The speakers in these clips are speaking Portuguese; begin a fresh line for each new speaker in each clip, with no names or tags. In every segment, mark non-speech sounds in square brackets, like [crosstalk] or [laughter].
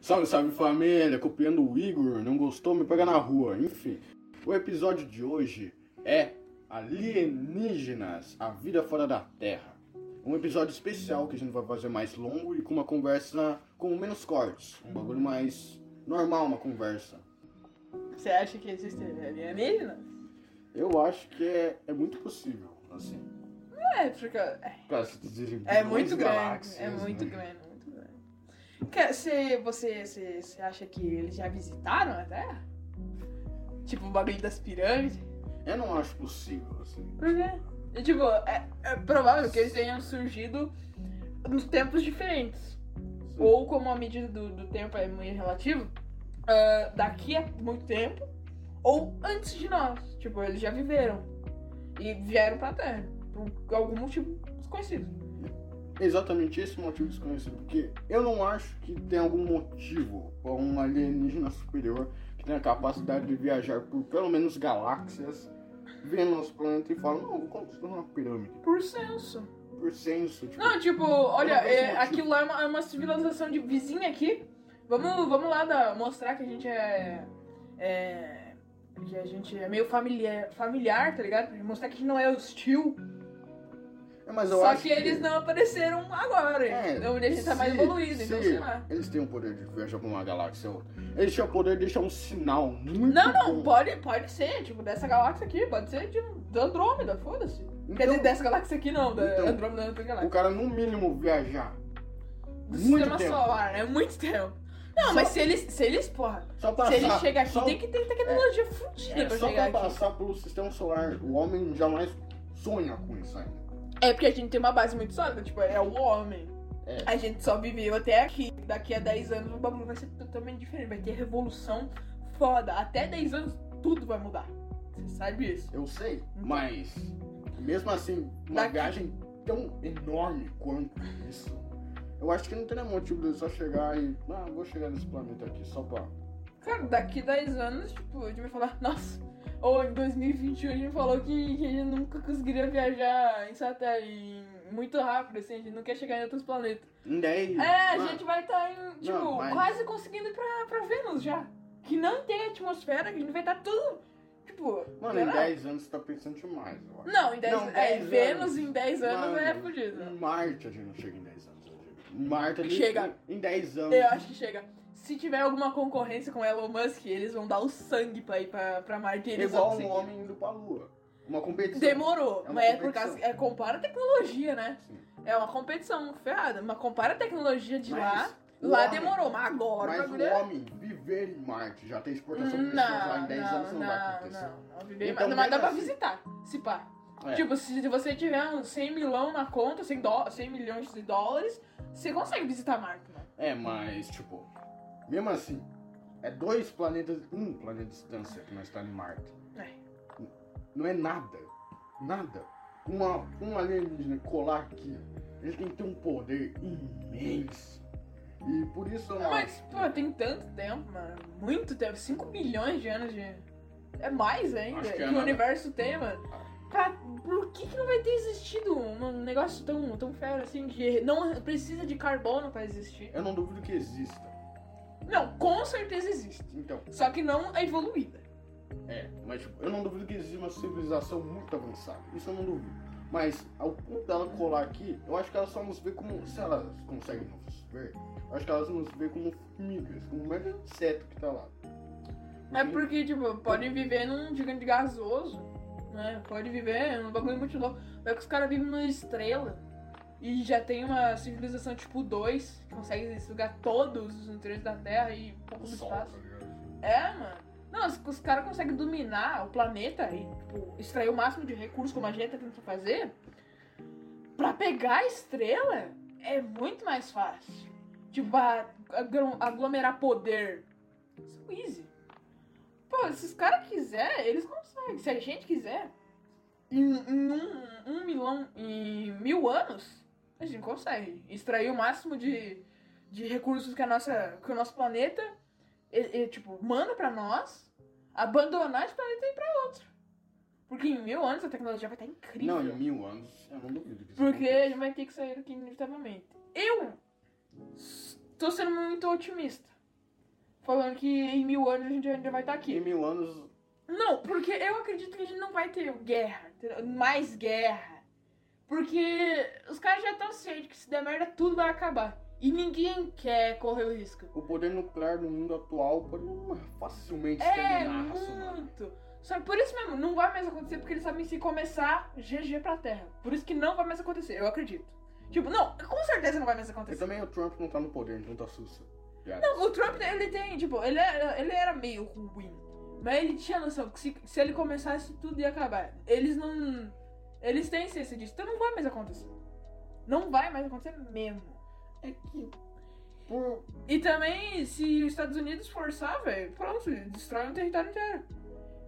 Salve, salve família, copiando o Igor, não gostou, me pega na rua, enfim. O episódio de hoje é Alienígenas, a vida fora da Terra. Um episódio especial que a gente vai fazer mais longo e com uma conversa com menos cortes. Um bagulho mais normal, uma conversa.
Você acha que existem alienígenas?
Eu acho que é, é muito possível, assim.
É, porque é,
Pra se dizer,
é muito grande.
galáxias,
É muito
né?
grande, muito grande. Que- Você, você, você, você acha que eles já visitaram a Terra? Tipo o bagulho das pirâmides?
Eu não acho possível, assim.
Por quê? E, tipo, é, é provável que eles tenham surgido nos tempos diferentes. Ou como a medida do, do tempo é muito relativo, ah, daqui a muito tempo, ou antes de nós. Tipo, eles já viveram. E vieram pra Terra. Por algum motivo desconhecido.
Exatamente esse motivo desconhecido, porque eu não acho que tem algum motivo para um alienígena superior que tenha a capacidade de viajar por pelo menos galáxias, vendo nosso planeta e falar, não, vou construir uma pirâmide.
Por senso.
Por senso, tipo,
Não, tipo, olha,
Por algum
é,
motivo.
aquilo lá é uma, é uma civilização de vizinha aqui. Vamos, vamos lá dar- mostrar que a gente é. é que a gente é meio familiar, familiar, tá ligado? Mostrar que a gente não é hostil.
é, mas eu
Só
acho
que eles não apareceram agora.
É,
então a gente tá mais
se-
evoluído,
se
então sei lá.
Eles têm o poder de viajar pra uma galáxia ou outra. Eles têm o poder de deixar um sinal muito
Não, não,
bom.
pode, pode ser, tipo, dessa galáxia aqui, pode ser de, da Andrômeda, foda-se. Quer
Então,
dizer, dessa galáxia aqui não, da
Então,
Andrômeda não tem
o
galáxia.
cara no mínimo viajar.
Do
muito
sistema
tempo.
solar, né? Muito tempo. Não,
Só-
mas se eles, se eles, porra,
Só passar,
se eles chegam aqui,
só
tem que ter tecnologia fudida
É,
pra
só
chegar
pra
aqui.
passar pelo sistema solar, o homem jamais sonha com isso ainda.
É porque a gente tem uma base muito sólida, tipo, é o homem.
É.
A gente só viveu até aqui. Daqui a 10 anos o bagulho vai ser totalmente diferente. Vai ter revolução foda. Até 10 anos tudo vai mudar. Você sabe isso.
Eu sei, mas mesmo assim, uma
Uhum. Daqui-
viagem tão enorme quanto isso, eu acho que não teria motivo de só chegar e, ah, vou chegar nesse planeta aqui só pra.
Cara, daqui 10 anos, tipo, a gente vai falar, nossa, ou em 2021 a gente falou que, que a gente nunca conseguiria viajar em satélite muito rápido, assim, a gente não quer chegar em outros planetas.
Em 10.
É, a
ah,
gente vai estar em, tipo,
Não, mas-
quase conseguindo ir pra, pra Vênus já. Que não tem atmosfera, que a gente vai estar tudo, tipo...
Mano,
sei
em
lá.
10 anos você tá pensando demais, eu acho.
Não, em 10
Não,
anos. É,
10
Vênus
anos.
em 10 anos
Mano,
é fugido.
Em Marte a gente não chega em 10 anos. eu digo. Em Marte a gente.
Chega.
Em 10 anos.
Eu acho que chega. Se tiver alguma concorrência com Elon Musk, eles vão dar o sangue pra ir pra, pra Marte. Eles vão
Igual um
conseguir.
homem indo pra Lua. Uma competição.
Demorou,
É uma
mas é por
competição.
causa. É, compara a tecnologia, né?
Sim.
É uma competição ferrada, mas compara a tecnologia de
Mas
lá.
o
Lá
homem-
demorou, mas agora o
Mas
bagulho
o
é-
homem viver em Marte, já ter
Não,
exportação de pessoas lá em 10 anos
Hum, não,
não, vai
não,
acontecer.
não. não viver,
Então,
mas mas dá
mesmo
pra
assim-
visitar, se pá.
É.
Tipo, se você tiver uns 100 milhão na conta, 100, dó- 100 milhões de dólares, você consegue visitar Marte, né?
É, mas, tipo, mesmo assim, é dois planetas, um planeta de distância que nós estamos em Marte.
É.
Não é nada, nada. Uma, um alienígena colar aqui, ele tem que ter um poder imenso. E por isso é eu não
Mas,
acho que-
pô, tem tanto tempo, mano. Muito tempo. 5 bilhões de anos de. É mais ainda
Acho
que,
que é
o
nada.
universo tem, mano. Pra... Por que, que não vai ter existido um negócio tão, tão fera assim que não precisa de carbono pra existir?
eu não duvido que exista.
Não, com certeza existe.
Então,
Só que não é evoluída.
É, mas tipo, eu não duvido que existe uma civilização muito avançada. Isso eu não duvido. Mas ao ponto dela colar aqui, eu acho que elas só nos vê como. Se elas conseguem nos ver, eu acho que elas nos vê como formigas, como um mega inseto que tá lá.
É porque, tipo, pode viver num gigante gasoso, né? Pode viver num bagulho muito louco. Vai que os caras vivem numa estrela e já tem uma civilização tipo 2 que consegue sugar todos os nutrientes da Terra e pouco
o
do
sol,
espaço.
tá ligado?
É, mano. Não, os, os caras conseguem dominar o planeta e tipo, extrair o máximo de recursos como a gente tá tentando fazer. Pra pegar a estrela é muito mais fácil. Tipo, a- aglo- aglomerar poder. Isso é easy. Pô, se os caras quiserem, eles conseguem. Se a gente quiser, em, em um, um milhão, em mil anos, a gente consegue. Extrair o máximo de, de recursos que, a nossa, que o nosso planeta ele, ele, tipo, manda pra nós abandonar esse planeta e ir pra outro. Porque em mil anos a tecnologia vai estar incrível.
Não, em mil anos, eu não duvido que isso
Porque a
aconteça.
gente vai ter que sair daqui inevitavelmente. Eu s- tô sendo muito otimista. falando que em mil anos a gente ainda vai estar
Em
aqui.
mil anos.
Não, porque eu acredito que a gente não vai ter guerra, entendeu? mais guerra. Porque os caras já estão cientes que se der merda tudo vai acabar. E ninguém quer correr o risco.
O poder nuclear no mundo atual pode facilmente
É,
exterminar a raça humana.
muito. Só que por isso mesmo, não vai mais acontecer, porque eles sabem se começar GG pra terra. Por isso que não vai mais acontecer, eu acredito. Tipo, não, com certeza não vai mais
E
acontecer.
também o Trump não tá no poder, então tá sussa. Já.
Não, o Trump, ele tem, tipo, ele era, ele era meio ruim. Mas ele tinha noção que se, se ele começasse tudo ia acabar. Eles não. Eles têm ciência disso, então não vai mais acontecer. Não vai mais acontecer mesmo.
É que. Por,
E também, se os Estados Unidos forçar, velho, pronto, destrói um território inteiro.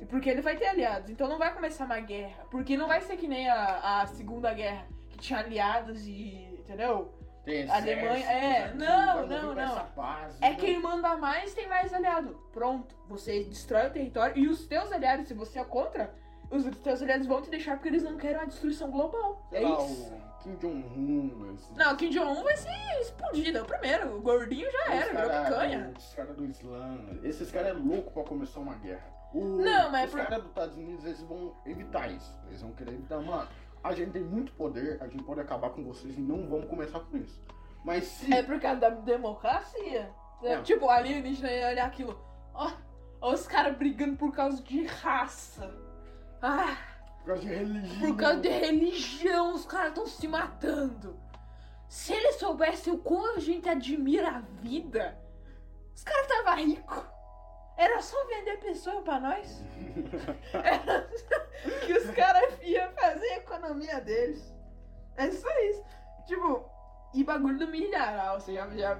E Porque ele vai ter aliados, então não vai começar uma guerra. Porque não vai ser que nem a, a Segunda Guerra, que tinha aliados e. entendeu?
Tem né?
A Alemanha-
exércitos aqui,
é, não,
vamos
não,
pra
não.
essa Paz, né?
É
não.
quem manda mais tem mais aliado. Pronto, você destrói o território e os teus aliados, se você é contra, os teus aliados vão te deixar porque eles não querem a destruição global.
Sei
é
lá,
isso.
o Kim Jong-un, esse-
Não, o Kim Jong-un vai ser explodido, é o primeiro. O gordinho já
os
era, virou
cara-
picanha.
Os caras do Islã, esses caras é louco pra começar uma guerra. O-
Não, mas
os
por-
caras dos Estados Unidos, eles vão evitar isso. Eles vão querer evitar, mano. A gente tem muito poder, a gente pode acabar com vocês e não vamos começar com isso. Mas se.
É por causa da democracia.
É.
Tipo, alienígena ia olhar aquilo. Ó, ó os caras brigando por causa de raça. Ah,
Por causa de religião.
Por causa de religião, os caras estão se matando. Se eles soubessem o como a gente admira a vida, os caras estavam ricos. Era só vender pessoa
[laughs]
pra nós. Era só que os caras iam fazer a economia deles. É só isso. Tipo, e bagulho do milharal. Você já, já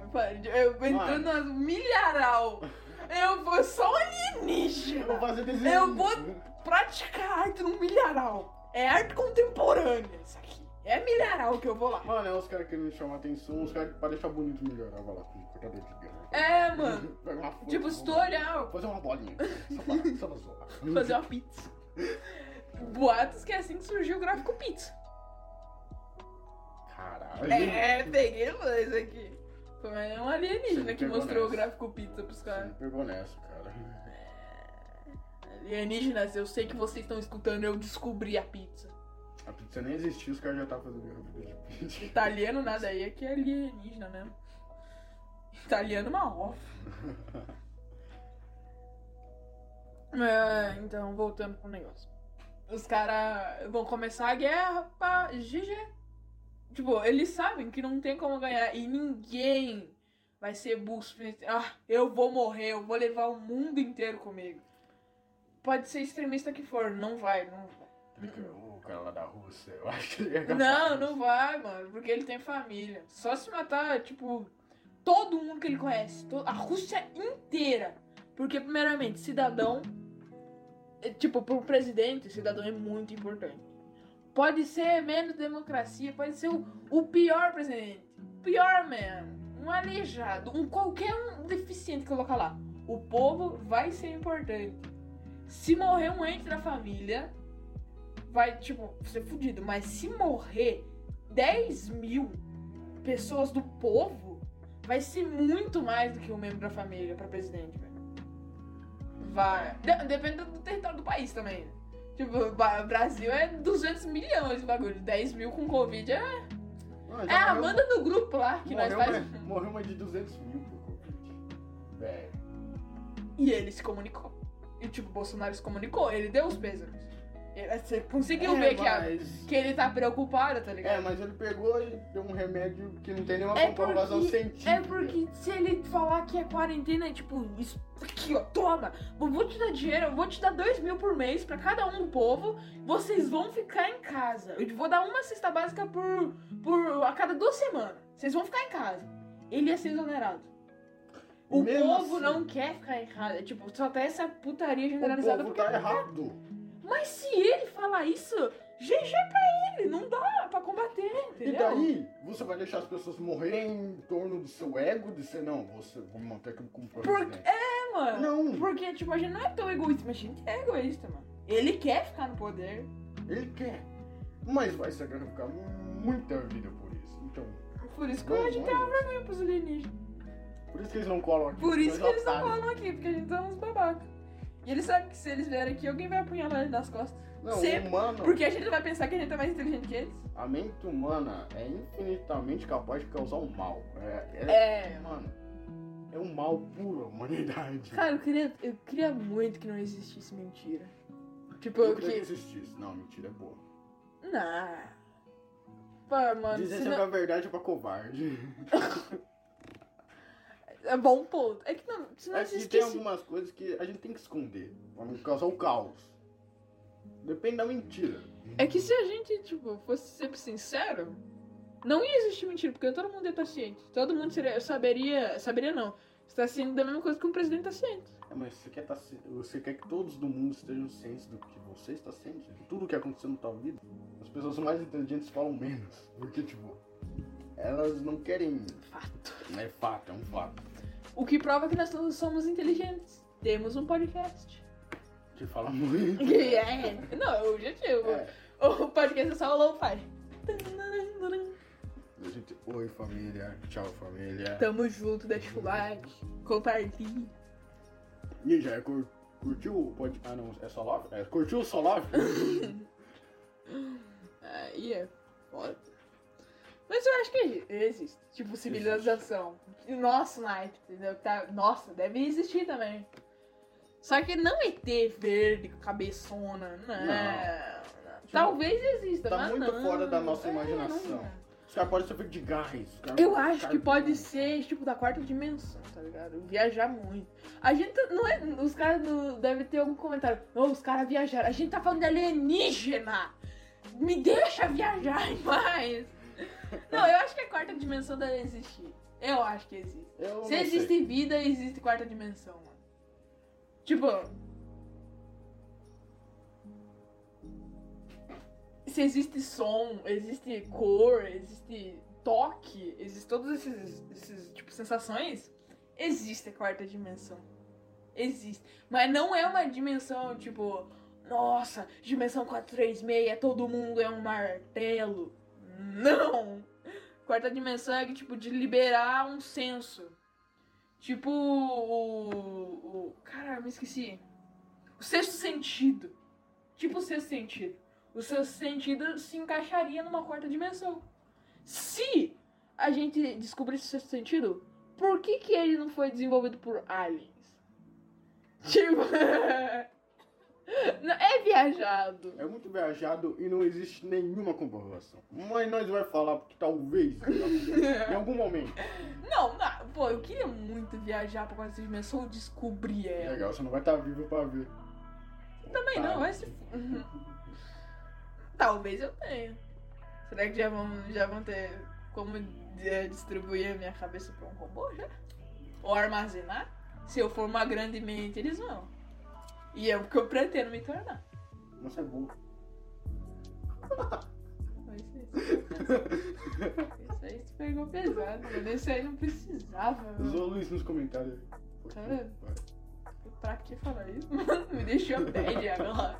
eu entrando nas milharal. Eu vou só
Eu
um
vou
alienígena
fazer né? desenho.
Eu vou- praticar arte no milharal. É arte contemporânea isso aqui. É milharal que eu vou lá.
Mano, é os caras querendo chamar atenção, os caras pra deixar bonito melhor. Vai lá com um cortador de guerra.
É, mano.
[laughs] Pega uma foto,
Tipo,
vamos
se tu
lá.
olhar,
Fazer uma bolinha. Só pra, só pra zoar.
[laughs] fazer uma pizza. Boatos que é assim que surgiu o gráfico pizza.
Caralho.
É, peguei dois aqui. Foi um alienígena
Sim,
que mostrou o
permanece.
gráfico pizza pros
Você
caras.
me pegou nessa, cara.
Alienígenas, eu sei que vocês estão escutando, eu descobri a pizza.
A pizza nem existia, os caras já estavam fazendo guerra de pizza.
Italiano nada aí é que é alienígena mesmo. Italiano uma off. [laughs] É, então, voltando pro negócio. Os caras vão começar a guerra pra GG. Tipo, eles sabem que não tem como ganhar e ninguém vai ser burro. o suficiente. Ah, eu vou morrer, eu vou levar o mundo inteiro comigo. Pode ser extremista que for, não vai, não vai.
um, O cara lá da Rússia, eu acho que ele é capaz.
Não, não vai, mano, porque ele tem família. Só se matar, tipo, todo mundo que ele conhece, to- a Rússia inteira. Porque, primeiramente, cidadão, é, tipo, pro presidente, cidadão é muito importante. Pode ser menos democracia, pode ser o, o pior presidente, pior mesmo, um aleijado, um qualquer um deficiente que colocar lá. O povo vai ser importante. Se morrer um ente da família, vai, tipo, ser fudido. Mas se morrer 10 mil pessoas do povo, vai ser muito mais do que um membro da família pra presidente, velho. Vai. De- depende do território do país também. né? Tipo, ba- Brasil é 200 milhões de bagulho. 10 mil com Covid é.
Não, já
É, ah,
morreu-
manda no grupo lá que nós
morreu,
faz.
uma, morreu uma de 200 mil por Covid. Velho.
E ele se comunicou. E tipo, Bolsonaro se comunicou, ele deu os pêsames. Ele- Você conseguiu
É,
ver que, a-
mas-
que ele tá preocupado, tá ligado?
É, mas ele pegou e deu um remédio que não tem nenhuma
É
comprovação
porque-
científica.
É porque se ele falar que é quarentena, é tipo, isso aqui, ó, toma, eu vou te dar dinheiro, eu vou te dar dois mil por mês pra cada um do povo, vocês vão ficar em casa. Eu vou dar uma cesta básica por, por a cada duas semanas. Vocês vão ficar em casa. Ele ia ser exonerado. O
Mesmo
povo
assim,
não é quer ficar em casa. Tipo, só tem essa putaria
O
generalizada
povo
porque.
tá errado.
Mas se ele falar isso, GG pra ele, não dá pra combater,
E
entendeu?
daí, você vai deixar as pessoas morrerem em torno do seu ego, de ser, não, você vou me manter aqui como presidente.
É, mano.
Não,
Porque, tipo, a gente não é tão egoísta, mas a gente é egoísta, mano. Ele quer ficar no poder.
ele quer. Mas vai sacrificar muita vida por isso. Então,
Por isso que tá
não,
a gente
não é isso.
tem pros alienígenas.
Por isso que eles não colam aqui.
Por isso
dois
que eles não
otários.
falam aqui, porque a gente tá uns babaca. E eles sabem que se eles vierem aqui, alguém vai apunhalar ele nas costas.
Não,
Sempre.
o humano,
Porque a gente vai pensar que a gente é mais inteligente que eles.
a mente humana é infinitamente capaz de causar um mal. É,
É.
mano, é um mal puro a humanidade.
Cara, eu queria, eu queria muito que não existisse mentira. Tipo,
Eu
eu
queria que
que.
existisse. Não, mentira, é boa.
Nah. Pô, mano,
Dizer
se
sempre
não-
a verdade é pra covarde.
é bom ponto. É que não, se não
É que tem
existisse.
algumas coisas que a gente tem que esconder pra não causar o caos. Depende da mentira.
É que se a gente, tipo, fosse sempre sincero, não ia existir mentira, porque todo mundo ia estar ciente. Todo mundo seria, saberia. Saberia não. Está ciente da mesma coisa que um presidente está ciente.
É, mas você quer, tá, ci- você quer que todos do mundo estejam cientes do que você está ciente? De tudo que aconteceu na tua vida? As pessoas mais inteligentes falam menos. Porque, tipo, elas não querem.
Fato.
É fato, é um fato.
O que prova que nós todos somos inteligentes. Temos um podcast.
Te fala [laughs] muito.
é. Não, é o objetivo.
É,
O podcast é só o lo-fi.
a gente, oi família, tchau família.
Tamo junto, deixa o like, compartilhe.
E já cur, curtiu o pod... Ah não, é só love? É, curtiu o só love?
Aí é foda. Mas eu acho que é existe. Tipo, civilização. Nossa, naipe, entendeu? Tá, nossa, deve existir também. Só que não ET verde, cabeçona, não.
Tipo,
Talvez exista,
tá
mas
muito
não.
fora da nossa
É,
imaginação.
não.
Os caras podem sofrer de gás. os caras
Eu
podem
acho
ficar-
que pode ser, tipo, da quarta dimensão, tá ligado? Viajar muito. A gente tá- não é. Os caras do- devem ter algum comentário. Ô, os caras viajaram. A gente tá falando de alienígena. Me deixa viajar [laughs] mais. Não, eu acho que a quarta dimensão deve existir. Eu acho que existe.
Eu não
Se
sei.
existe vida, existe quarta dimensão, mano. Tipo. Se existe som, existe cor, existe toque, existe todas esses, esses tipo, sensações, existe a quarta dimensão. Existe. Mas não é uma dimensão, tipo, nossa, dimensão 436, todo mundo é um martelo. Não! Quarta dimensão é, tipo, de liberar um senso. Tipo o. o- Cara, me esqueci. O sexto sentido. Tipo o sexto sentido. O sexto sentido se encaixaria numa quarta dimensão. Se a gente descobrisse o sexto sentido, por que, que ele não foi desenvolvido por aliens? Tipo. [laughs] Não, é viajado.
É muito viajado e não existe nenhuma comprovação. Mas nós vai falar porque talvez, tá em algum momento.
Não, não, pô, eu queria muito viajar pra quarta dimensão ou descobrir ela.
Legal, você não vai estar vivo pra ver.
Também não, vai se. f- Talvez eu tenha. Será que já vão, já vão ter como eh, distribuir a minha cabeça pra um robô já? Ou armazenar? Se eu for uma grande mente, eles vão. E é o que eu pretendo me tornar.
Nossa, é bom.
Mas Isso aí se pegou pesado. mano. Isso aí não precisava. mano.
Zoa o Luiz nos comentários.
Tá vendo? Pra que falar isso? [laughs] Me deixou bad agora.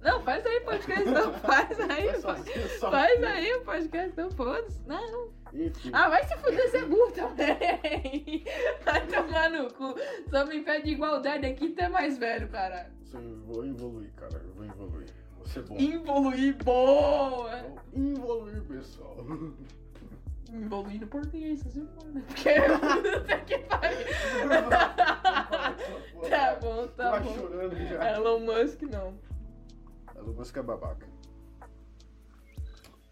Não, faz aí podcast, não. Faz aí,
Só-
faz.
só-
Faz aí o podcast, não foda-se. Não.
Enfim.
Ah, vai se fuder, você é burro também. [laughs] Vai tomar no cu. Só me pede igualdade aqui, tu é mais velho, cara.
Eu vou evoluir, cara. Eu vou evoluir. Você é bom.
Involuir, boa.
Eu vou Evoluir,
[laughs]
pessoal.
Involuir no português, se foda. Porque puta [laughs] que [laughs] pariu. Tá bom, tá
Tava
bom. É.
chorando já.
Elon Musk, não.
Elon Musk é babaca.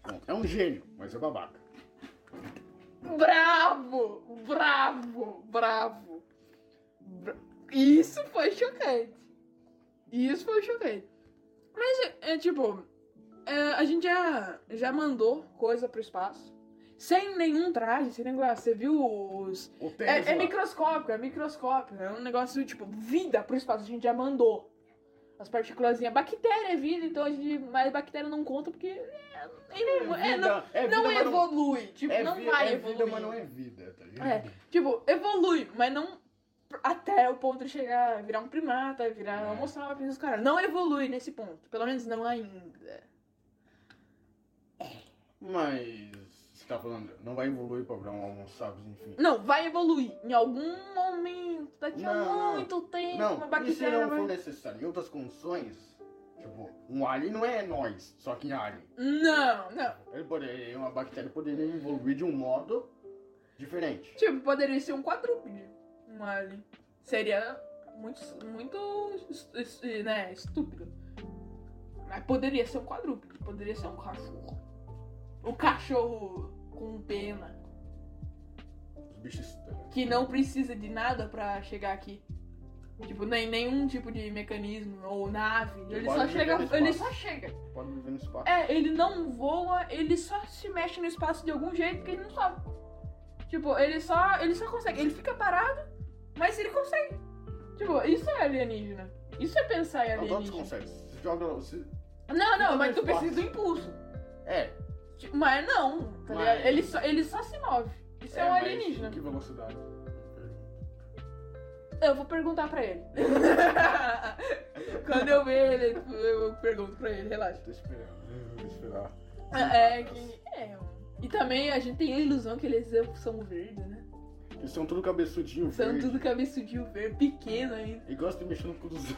Bom, é um gênio, mas é babaca.
Bravo! Bravo! Bravo! Bra- Isso foi chocante. Isso foi chocante. Mas é, é tipo, é, a gente já, já mandou coisa pro espaço. Sem nenhum traje, sem nenhum. ah, Você viu os.
O Tesla.
É, é microscópico, é microscópico. É um negócio tipo, vida pro espaço, a gente já mandou. As partículas. Bactéria é vida, então a gente. Mas bactéria não conta porque. É, é,
É
imu- é,
vida,
não,
é vida,
não
mas
evolui. Tipo,
é
não
vi-
vai
é
evoluir.
vida, mas não é vida, tá ligado?
É, tipo, evolui, mas não pr- até o ponto de chegar, a virar um primata, virar
É.
homo sapiens, os caras. Não evolui nesse ponto. Pelo menos não ainda.
Mas você tá falando, não vai evoluir pra virar um homo sapiens, enfim.
Não, vai evoluir. Em algum momento, daqui
Não,
a muito tempo, uma
não, e se
bactéria
não
vai...
for necessário? Em outras condições, tipo, um alien não é nós, só que alien.
Não, não.
Ele poderia, uma bactéria poderia evoluir de um modo diferente.
Tipo, poderia ser um quadrúpede. Um alien. Seria muito, muito es- es- né, estúpido. Mas poderia ser um quadrúpede. Poderia ser um cachorro. O cachorro com pena.
Os bichos tá estranhos.
Que não precisa de nada pra chegar aqui. Tipo, nem nenhum tipo de mecanismo ou nave.
Ele
Ele
pode
só
viver
chega.
no
Ele
espaço.
só chega.
Pode viver no espaço.
É, ele não voa, ele só se mexe no espaço de algum jeito que ele não sabe. Tipo, ele só, ele só consegue. Ele fica parado, mas ele consegue. Tipo, isso é alienígena. Isso é pensar em
Não, todos
alienígena.
conseguem. Se joga. Se...
Não, não,
Tudo
mas tu
mais
precisa do
fácil.
impulso.
É,
Tipo, mas não, tá
Mas-
ligado? Ele só, ele só se move. Isso é, um
mas
alienígena.
em Que velocidade?
Eu vou perguntar pra ele. [laughs] Quando eu ver ele, eu pergunto pra ele, relaxa.
Tô esperando. Vou esperar.
É, é que. É. E também a gente tem a ilusão que eles são verdes, né?
Eles são tudo cabeçudinho,
São
verde,
tudo cabeçudinho verde,
[laughs]
pequeno ainda. Ah,
E gostam de mexer no cu dos
[laughs]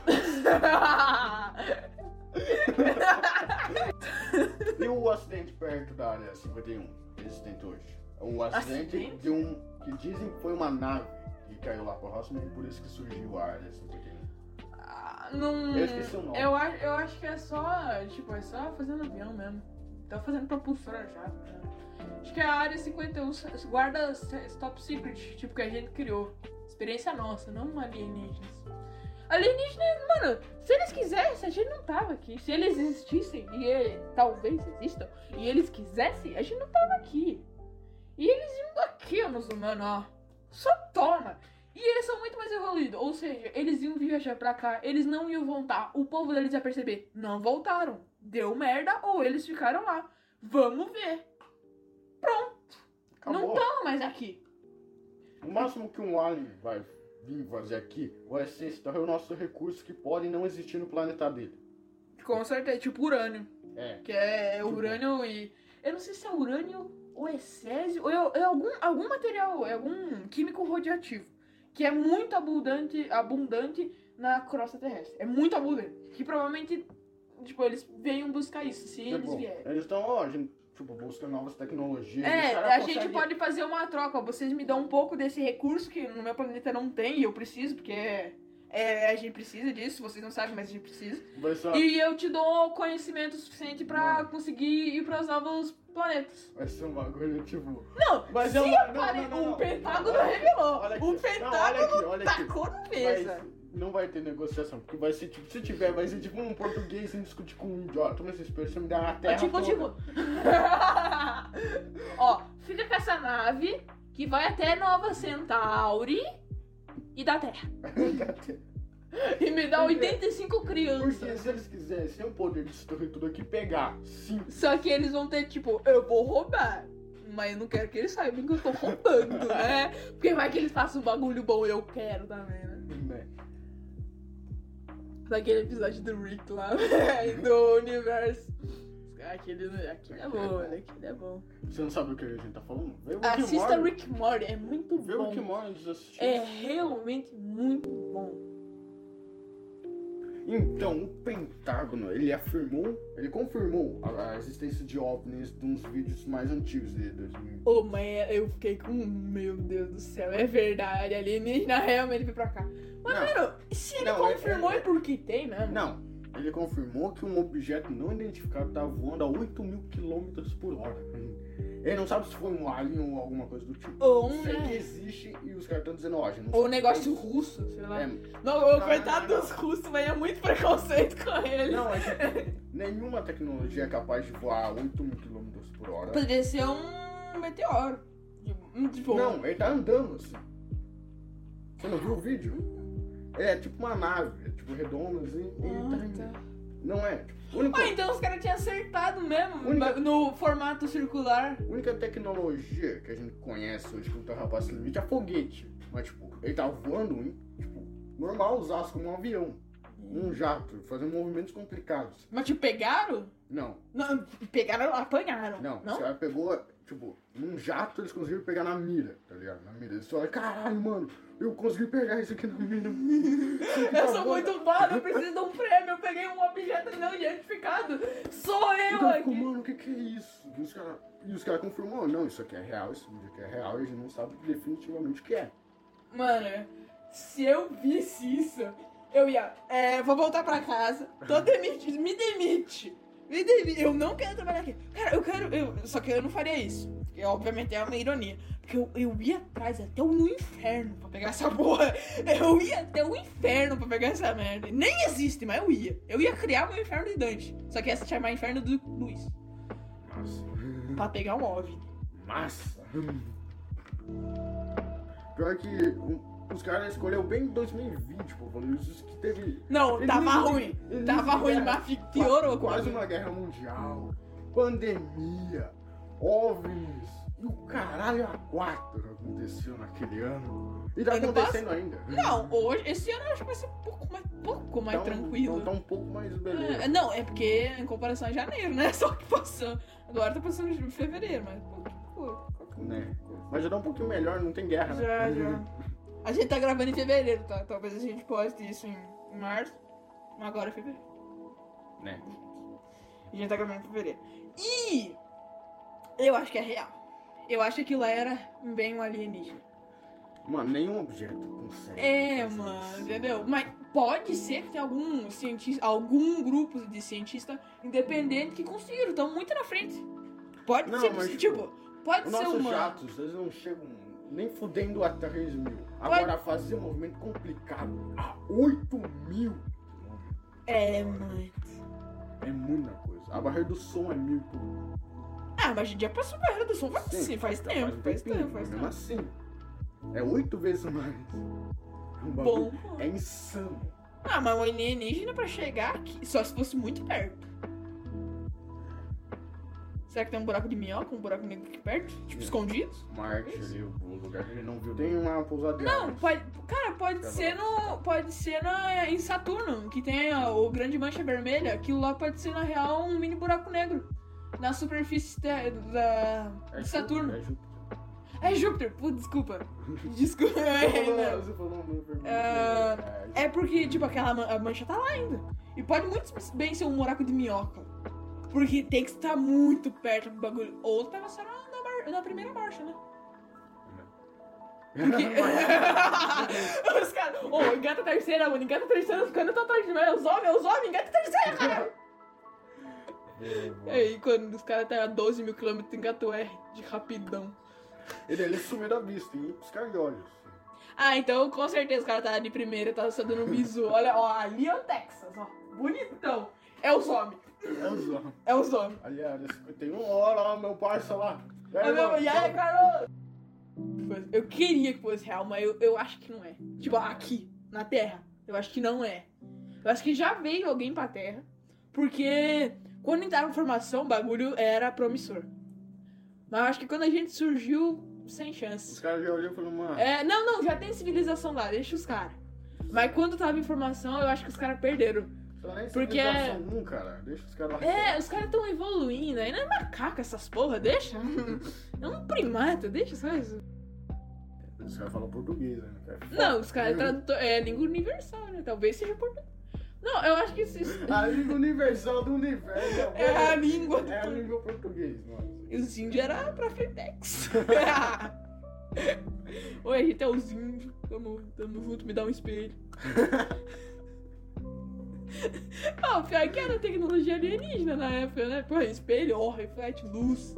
E o acidente perto da área 51 existente hoje? É um acidente,
Acidente?
de um. que dizem que foi uma nave que caiu lá próximo e por isso que surgiu a área 51.
Ah, não.
Eu esqueci o nome.
Eu, a- eu acho que é só. Tipo, é só fazendo avião mesmo. Tá fazendo propulsora já. né? Acho que é a área 51 se- guarda se- top secret, tipo, que a gente criou. Experiência nossa, não alienígenas. Alienígenas, mano, se eles quisessem, a gente não tava aqui. Se eles existissem, e eh, talvez existam, e eles quisessem, a gente não tava aqui. E eles iam aqui, ó, nos humanos, ó. Só toma! E eles são muito mais evoluídos. Ou seja, eles iam viajar pra cá, eles não iam voltar. O povo deles ia perceber, não voltaram. Deu merda ou eles ficaram lá. Vamos ver. Não
Acabou.
tão mais aqui.
O máximo que um alien vai vir fazer aqui vai ser extrair é o nosso recurso que pode não existir no planeta dele.
Com certeza, tipo urânio.
É.
Que é
Tipo-
urânio e. Eu não sei se é urânio ou é césio, ou é, é algum, algum material, é algum químico radioativo. Que é muito abundante, abundante na crosta terrestre. É muito abundante. Que provavelmente, tipo, eles venham buscar isso, se eles
Tipo,
vierem.
eles estão, ó, a gente, tipo, busca novas tecnologias. Os
É,
caras
a gente
conseguem-
pode fazer uma troca. Vocês me dão um pouco desse recurso que no meu planeta não tem e eu preciso, porque é, é, a gente precisa disso. Vocês não sabem, mas a gente precisa.
Vai ser,
E eu te dou conhecimento suficiente pra
Mano.
conseguir ir pros novos planetas.
vai ser um bagulho, tipo.
Não,
Mas
se
eu- não,
apare-
não, não, não.
o Pentágono
Olha-
revelou. Um
olha aqui.
O
Não, olha
Pentágono tá
aqui, olha aqui.
tacou no mesa.
Mas não vai ter negociação, porque vai ser tipo, se tiver, vai ser tipo um português sem discutir com um idiota. Toma esse espelho, você me dá uma terra.
Mas, tipo,
toda.
tipo. [laughs] Ó, fica com essa nave que vai até Nova Centauri e da Terra. tipo, E me dá
é. [laughs]
85
Porque
[laughs] crianças.
se eles quisessem, eu poder destruir tudo aqui e pegar. Sim.
Só que eles vão ter, tipo, eu vou roubar. Mas eu não quero que eles saibam que eu
[laughs]
tô roubando, né? Porque vai que eles façam um bagulho bom e eu quero também, né?
Né?
Daquele episódio do Rick lá, [laughs] né? do universo. Aquele, aquele é bom, olha, aquele é bom.
Você não sabe o que a gente tá falando? Vê o Rick and
Assista
Morty.
Rick and Morty, é muito
Vê o que
bom.
Morty eles assistiram.
É realmente muito bom.
Então, o Pentágono, ele afirmou, ele confirmou a, a existência de OVNIs de uns vídeos mais antigos de 2000.
Ô, mas eu fiquei com. Meu Deus do céu, é verdade. Alienígena realmente veio pra cá. Mas,
Não.
mano, se ele
Não, é-
confirmou
é-
é porque tem mesmo.
Não, ele confirmou que um objeto não identificado estava voando a 8 mil quilômetros por hora. Ele não sabe se foi um alien ou alguma coisa do tipo.
Ou um,
Sei que
né?
existe e os caras estão dizendo, ó, a gente não
Ou um
sabe
negócio
o que
russo, sei lá.
é.
Não,
Não,
o
não,
coitado
não,
dos russos, mas é muito preconceito com
É,
ele.
não, é que nenhuma tecnologia é capaz de voar a 8 mil quilômetros por hora.
Poderia ser um meteoro. Tipo, Tipo,
Não, ele tá andando assim. Você não viu o vídeo? Ele é tipo uma nave, é tipo redonda assim. e ele tá
Ah,
indo.
tá.
Não é. Tipo, a única,
Ah, então os caras tinham acertado mesmo
Única-
ba- no formato circular.
a única tecnologia que a gente conhece hoje que ultrapassa o limite é foguete. Mas tipo, ele tá voando, hein? Tipo, normal, usasse como um avião, um jato, fazendo movimentos complicados.
Mas te pegaram?
Não,
Não, pegaram, apanharam.
não.
não?
Os caras pegou, tipo, num jato eles conseguiram pegar na mira, tá ligado? Na mira. Eles falaram, caralho, mano, eu consegui pegar isso aqui na mira. Isso aqui
Eu
tá
sou
bom."
muito bom, eu preciso de um prêmio. Eu peguei um objeto não identificado. Sou eu
Então, ficou,
aqui.
mano, o que que é isso? E os caras cara confirmou, não, isso aqui é real, isso aqui é real, e a gente não sabe definitivamente o que é.
Mano, se eu visse isso, eu ia. É, vou voltar pra casa. Tô demitido. Me demite. Me demite. Eu não quero trabalhar aqui. Cara, eu quero. Eu, só que eu não faria isso. Porque, obviamente é uma ironia. Porque eu, eu ia atrás até o no inferno pra pegar essa porra. Eu ia até o inferno pra pegar essa merda. Nem existe, mas eu ia. Eu ia criar meu inferno de Dante. Só que ia se chamar Inferno do Luiz.
Nossa.
Pra pegar um OVNI.
Massa! Pior que o- os caras escolheu bem 2020, pô, mano. Os que teve.
Não,
Eles-
tava ruim.
eles-
Tava ruim, mas fi- piorou.
Quase uma guerra mundial, pandemia, OVNIs e o caralho a quatro aconteceu naquele ano. E tá
Ano
acontecendo ainda.
Não, hoje, esse ano eu acho que vai ser um pouco mais, pouco mais
Tá um-
tranquilo.
Tá um pouco mais beleza.
É, não, é porque em comparação a janeiro, né? [laughs] Só que passou. Agora tá passando de fevereiro, mas pô, que porra.
Né? Mas já tá um pouquinho melhor, não tem guerra, né?
é. Já, já. A gente tá gravando em fevereiro, tá? Talvez a gente poste isso em março. Mas agora é fevereiro.
Né?
A gente tá gravando em fevereiro. E eu acho que é real. Eu acho que aquilo lá era bem um alienígena.
Mano, nenhum objeto consegue.
É,
fazer
mano,
isso.
entendeu? Mas pode ser que tenha algum cientista, algum grupo de cientista independente que conseguiram, estão muito na frente. Pode
Não,
ser,
mas,
tipo,
tipo,
pode
Os
ser
nossos
humano.
jatos, eles não chegam nem fudendo a 3 mil. Agora, fazer um movimento complicado a 8 mil
É,
tá
mano.
é muita coisa. A barreira do som é mil por hora.
Ah, mas a gente já passou pra era do som, faz, sim, faz
já
tempo,
um
faz
tempinho,
tempo, faz
mas
tempo.
Mesmo assim, é 8 vezes mais. É um bagulho.
Bom.
É insano.
Ah, mas o alienígena pra chegar aqui, só se fosse muito perto. Será que tem um buraco de minhoca, um buraco negro aqui perto? Tipo,
É.
escondido?
Marte
Isso.
ali, o lugar que ele não viu. Tem uma pousada de
Não,
aliens.
pode, cara, pode
Tá
ser no, pode ser na, em Saturno, que tem a- o grande mancha vermelha. Aquilo lá pode ser, na real, um mini buraco negro. Na superfície te- da,
É
de Saturno.
É Júpiter.
É Júpiter, putz, desculpa. Desculpa.
Você falou-
é, não.
você falou um vermelho.
Ah,
É,
É porque, tipo, aquela man- a mancha tá lá ainda. E pode muito bem ser um buraco de minhoca. Porque tem que estar muito perto do bagulho. Ou tava só na, na mar- na primeira marcha, né? [laughs] Os caras, ô, engata a terceira, mano, engata a terceira, ficando tão atrás de mim, os homens, os homens, engata a terceira, cara. É, E aí, quando os caras tá a 12 mil quilômetros, engatou R, de rapidão.
Ele, ele sumiu da vista, hein? Os caras olham. assim.
Ah, então com certeza o cara tá de primeira, tá só dando um bisu. Olha, ó, ali é o Texas, ó, bonitão. É os homens,
É um zorro.
é os homens.
Ali era 51 horas, ó, meu parça lá. E
É meu,
mano?
e aí, garoto? Eu queria que fosse real, mas eu, eu acho que não é. Tipo, aqui, na Terra, eu acho que não é. Eu acho que já veio alguém pra Terra, porque quando entraram em formação, o bagulho era promissor. Mas eu acho que quando a gente surgiu, sem
Os
chance.
caras já olhou e falaram, mano.
É, não, não, já tem civilização lá, deixa os caras. Mas quando tava em formação, eu acho que os caras perderam.
Só nem
porque-
civilização não, um, cara. Deixa os caras lá.
É, os caras tão evoluindo, ainda é macaco essas porra, deixa. [laughs] É um primata, deixa, sabe?
Os caras falam português, né? cara?
Não, os caras é tradutor. É língua universal, né? Talvez seja português. Não, eu acho que isso. isso-
A língua universal do universo.
É a língua.
É a língua português, mano.
E os índios era pra Frentex. Oi, a gente é os índios. Tamo, tamo junto, me dá um espelho. Ah, o pior que era tecnologia alienígena na época, né? Pô, espelho, ó, reflete luz.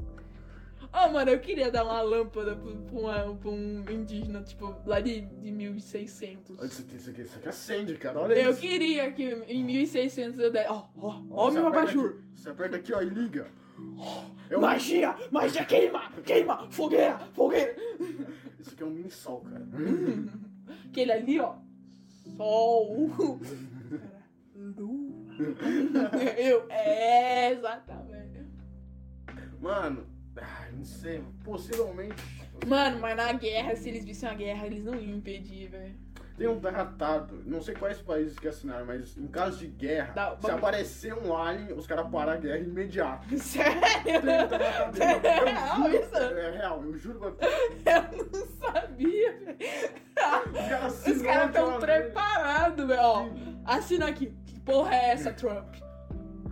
Ah, mano, eu queria dar uma lâmpada pra, pra uma- pra um indígena, tipo, lá de, de 1600.
Olha Isso aqui, isso aqui, isso aqui acende, cara. Olha
Eu
isso.
queria que em 1600 eu desse. Ó, ó, ó,
Você
meu
aperta
abajur.
aqui- Você aperta aqui, ó, e liga. É um-
Magia, magia, queima, queima, fogueira, fogueira.
Isso aqui é um mini sol, cara.
Aquele ali, ó. Sol. Cara, Lua. Eu, é, exatamente.
Mano, ah, não sei, possivelmente.
Mano, mas na guerra, se eles vissem a guerra, eles não iam impedir, velho. [laughs]
Tem um tratado, não sei quais países que assinaram, mas em caso de guerra,
Dá-
se
vamos-
aparecer um alien, os caras param a guerra imediato.
Sério?
Tem um tratado. Eu
É
juro-
real isso?
É real, eu juro pra tu.
Eu não sabia, velho.
Os caras
Os
assinam
caras
aquela
tão
merda.
preparados, velho. Ó, assina aqui. Que porra é essa, Trump?